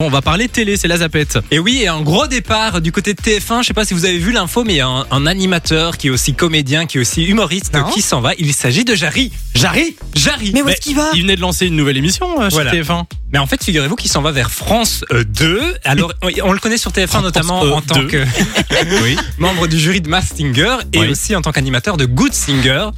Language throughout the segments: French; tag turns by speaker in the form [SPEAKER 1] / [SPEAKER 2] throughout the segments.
[SPEAKER 1] On va parler télé, c'est la zapette. Et oui, et un gros départ du côté de TF1. Je sais pas si vous avez vu l'info, mais il y a un, un animateur qui est aussi comédien, qui est aussi humoriste,
[SPEAKER 2] Non.
[SPEAKER 1] qui s'en va. Il s'agit de Jarry.
[SPEAKER 2] Jarry
[SPEAKER 1] Jarry.
[SPEAKER 2] Mais où est-ce qu'il va
[SPEAKER 3] Il venait de lancer une nouvelle émission euh, sur
[SPEAKER 1] Voilà.
[SPEAKER 3] TF1.
[SPEAKER 1] Mais en fait, figurez-vous qu'il s'en va vers France euh, 2. Alors, on, on le connaît sur TF1 notamment
[SPEAKER 3] euh,
[SPEAKER 1] en tant
[SPEAKER 3] 2.
[SPEAKER 1] que
[SPEAKER 3] Oui.
[SPEAKER 1] membre du jury de Mask Singer et
[SPEAKER 3] Oui.
[SPEAKER 1] aussi en tant qu'animateur de Good Singer.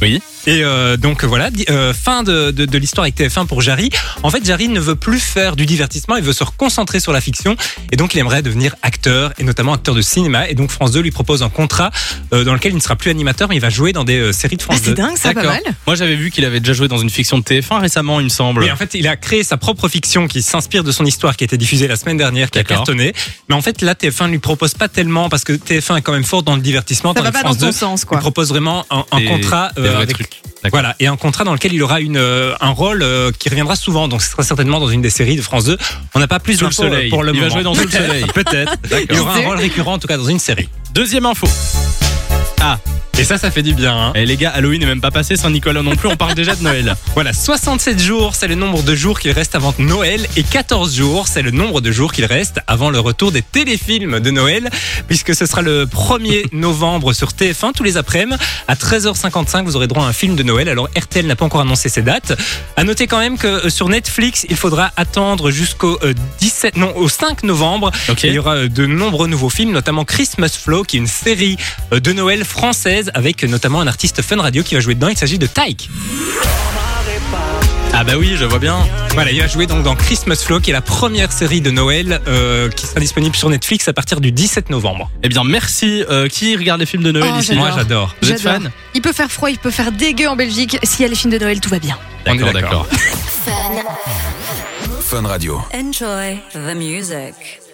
[SPEAKER 3] Oui.
[SPEAKER 1] Et euh, donc voilà, di- euh, fin de, de- de l'histoire avec TF1 pour Jarry. En fait, Jarry ne veut plus faire du divertissement, il veut se reconcentrer sur la fiction. Et donc, il aimerait devenir acteur, et notamment acteur de cinéma. Et donc, France 2 lui propose un contrat euh, dans lequel il ne sera plus animateur, mais il va jouer dans des euh, séries de
[SPEAKER 2] Ah,
[SPEAKER 1] France 2.
[SPEAKER 2] C'est dingue, ça, pas
[SPEAKER 3] D'accord.
[SPEAKER 2] mal.
[SPEAKER 3] Moi, j'avais vu qu'il avait déjà joué dans une fiction de TF1 récemment, il me semble.
[SPEAKER 1] Oui, en fait, il a créé sa propre fiction qui s'inspire de son histoire qui a été diffusée la semaine dernière, qui a
[SPEAKER 3] D'accord.
[SPEAKER 1] cartonné. Mais en fait, là, TF1 ne lui propose pas tellement parce que TF1 est quand même fort dans le divertissement.
[SPEAKER 2] Ça
[SPEAKER 1] tandis
[SPEAKER 2] va
[SPEAKER 1] que
[SPEAKER 2] pas dans
[SPEAKER 1] France 2
[SPEAKER 2] ton sens,
[SPEAKER 1] lui
[SPEAKER 2] quoi.
[SPEAKER 1] propose vraiment un, un
[SPEAKER 3] Des-
[SPEAKER 1] contrat
[SPEAKER 3] des
[SPEAKER 1] euh,
[SPEAKER 3] vrais
[SPEAKER 1] avec-
[SPEAKER 3] trucs. D'accord.
[SPEAKER 1] Voilà, et un contrat dans lequel il aura une, euh, un rôle euh, qui reviendra souvent. Donc, ce sera certainement dans une des séries de France 2. On n'a pas plus
[SPEAKER 3] Sous le
[SPEAKER 1] d'infos euh,
[SPEAKER 3] soleil.
[SPEAKER 1] pour le
[SPEAKER 3] Il va
[SPEAKER 1] moment.
[SPEAKER 3] jouer dans Sous le
[SPEAKER 1] Peut-être,
[SPEAKER 3] soleil.
[SPEAKER 1] Peut-être. Il y aura un
[SPEAKER 2] Idée.
[SPEAKER 1] rôle récurrent, en tout cas, dans une série.
[SPEAKER 3] Deuxième info.
[SPEAKER 1] Et ça, ça fait du bien. hein.
[SPEAKER 3] Et les gars, Halloween n'est même pas passé, Saint-Nicolas non plus, on parle déjà de Noël.
[SPEAKER 1] Voilà, 67 jours, c'est le nombre de jours qu'il reste avant Noël et 14 jours, c'est le nombre de jours qu'il reste avant le retour des téléfilms de Noël, puisque ce sera le 1er novembre sur TF1 tous les après-midi. À 13h55, vous aurez droit à un film de Noël. Alors RTL n'a pas encore annoncé ses dates. À noter quand même que euh, sur Netflix, il faudra attendre jusqu'au euh, 17 non, au 5 novembre
[SPEAKER 3] Ok.
[SPEAKER 1] et Il y aura euh, de nombreux nouveaux films, notamment Christmas Flow, qui est une série euh, de Noël française avec euh, notamment un artiste fun radio qui va jouer dedans. Il s'agit de Tyke.
[SPEAKER 3] Ah bah oui, je vois bien.
[SPEAKER 1] Voilà, il va jouer donc dans Christmas Flow, qui est la première série de Noël euh, qui sera disponible sur Netflix à partir du 17 novembre.
[SPEAKER 3] Eh bien, merci. Euh, qui regarde les films de Noël
[SPEAKER 2] Oh,
[SPEAKER 3] ici
[SPEAKER 2] j'adore.
[SPEAKER 1] Moi, j'adore.
[SPEAKER 3] Vous êtes
[SPEAKER 2] J'adore.
[SPEAKER 3] fan
[SPEAKER 2] Il peut faire froid, il peut faire dégueu en Belgique. S'il y a les films de Noël, tout va bien.
[SPEAKER 1] On est d'accord.
[SPEAKER 4] d'accord.
[SPEAKER 5] Fun Radio.
[SPEAKER 4] Enjoy the music.